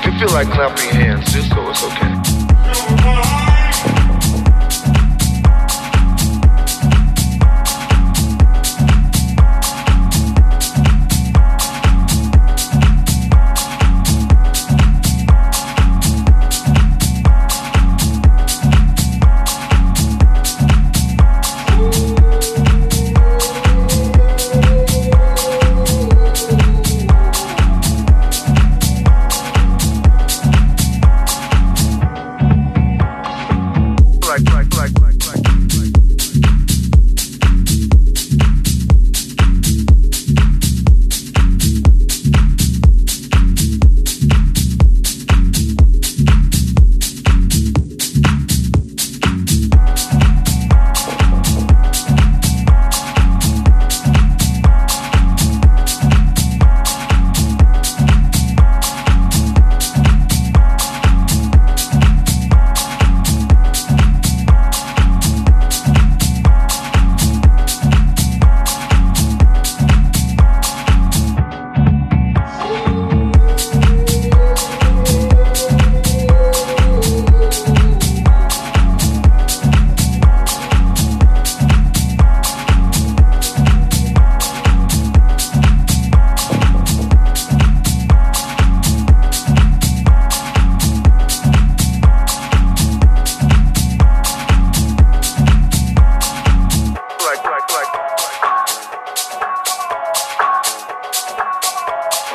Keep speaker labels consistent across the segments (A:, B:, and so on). A: clap your hands just so it's okay.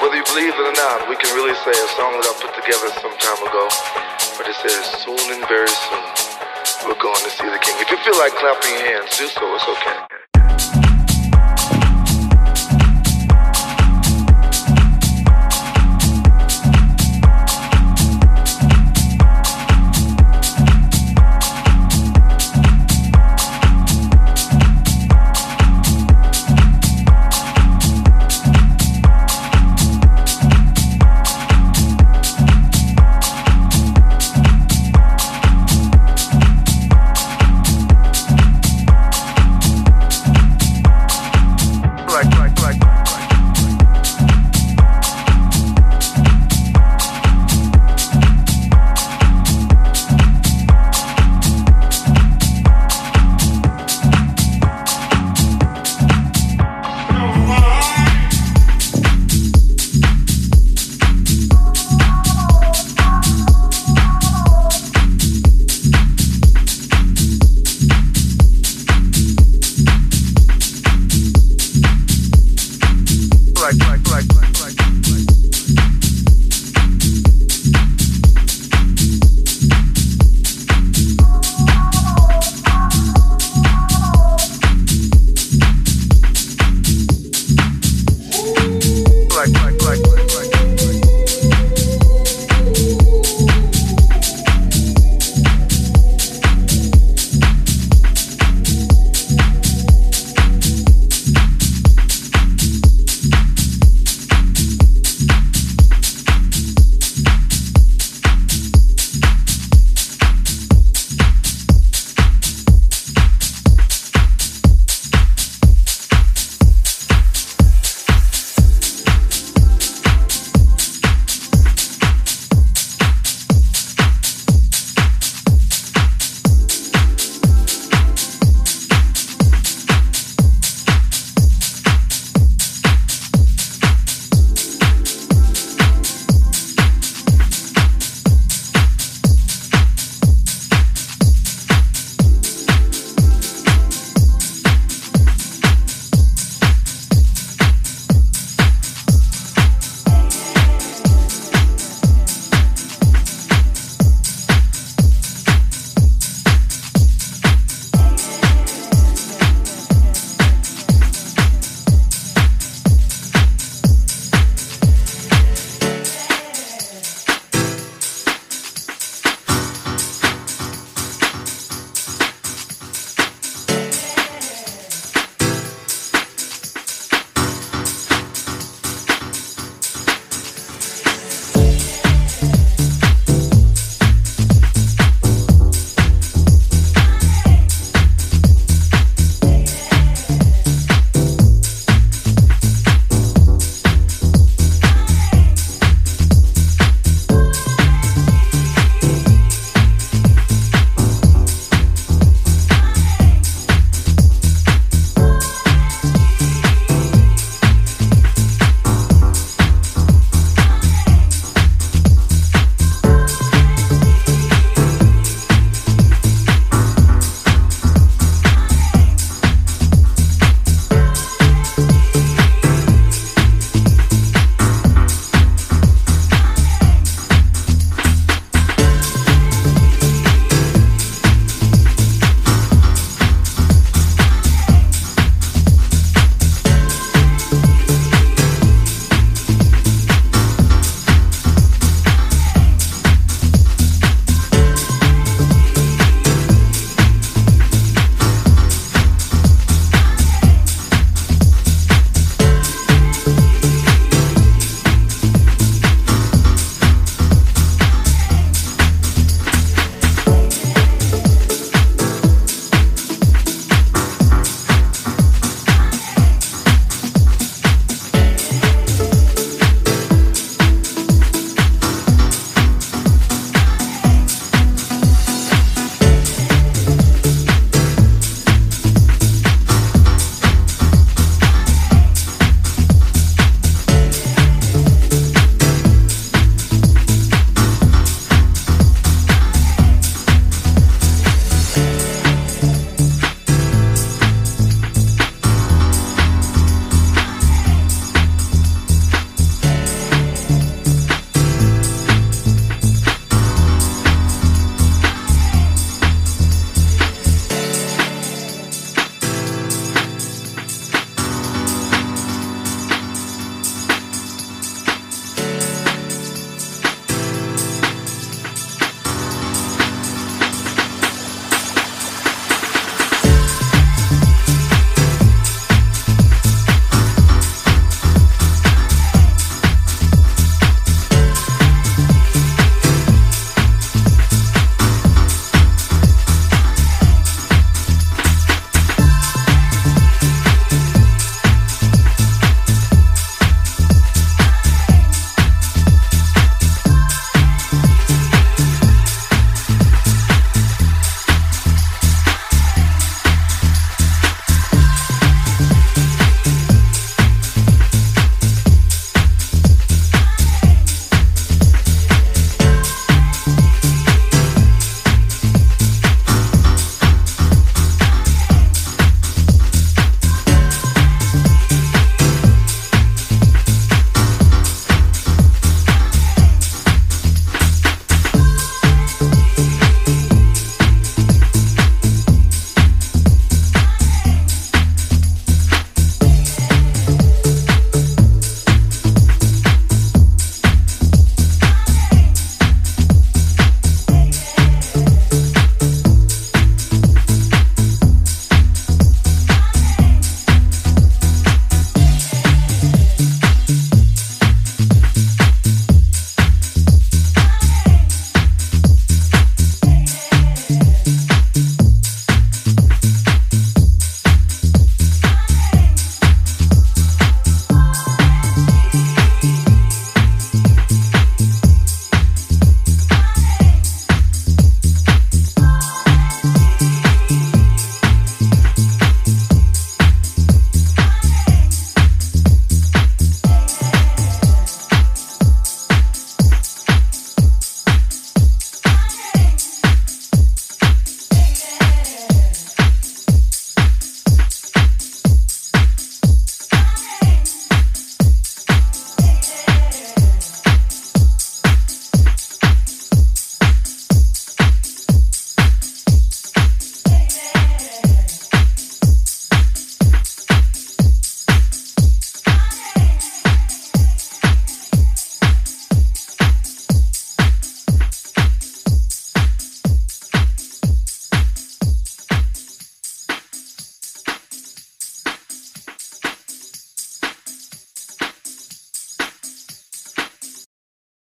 A: Whether you believe it or not, we can really say a song that I put together some time ago, but it says soon and very soon, we're going to see the king. If you feel like clapping your hands, do so, it's okay.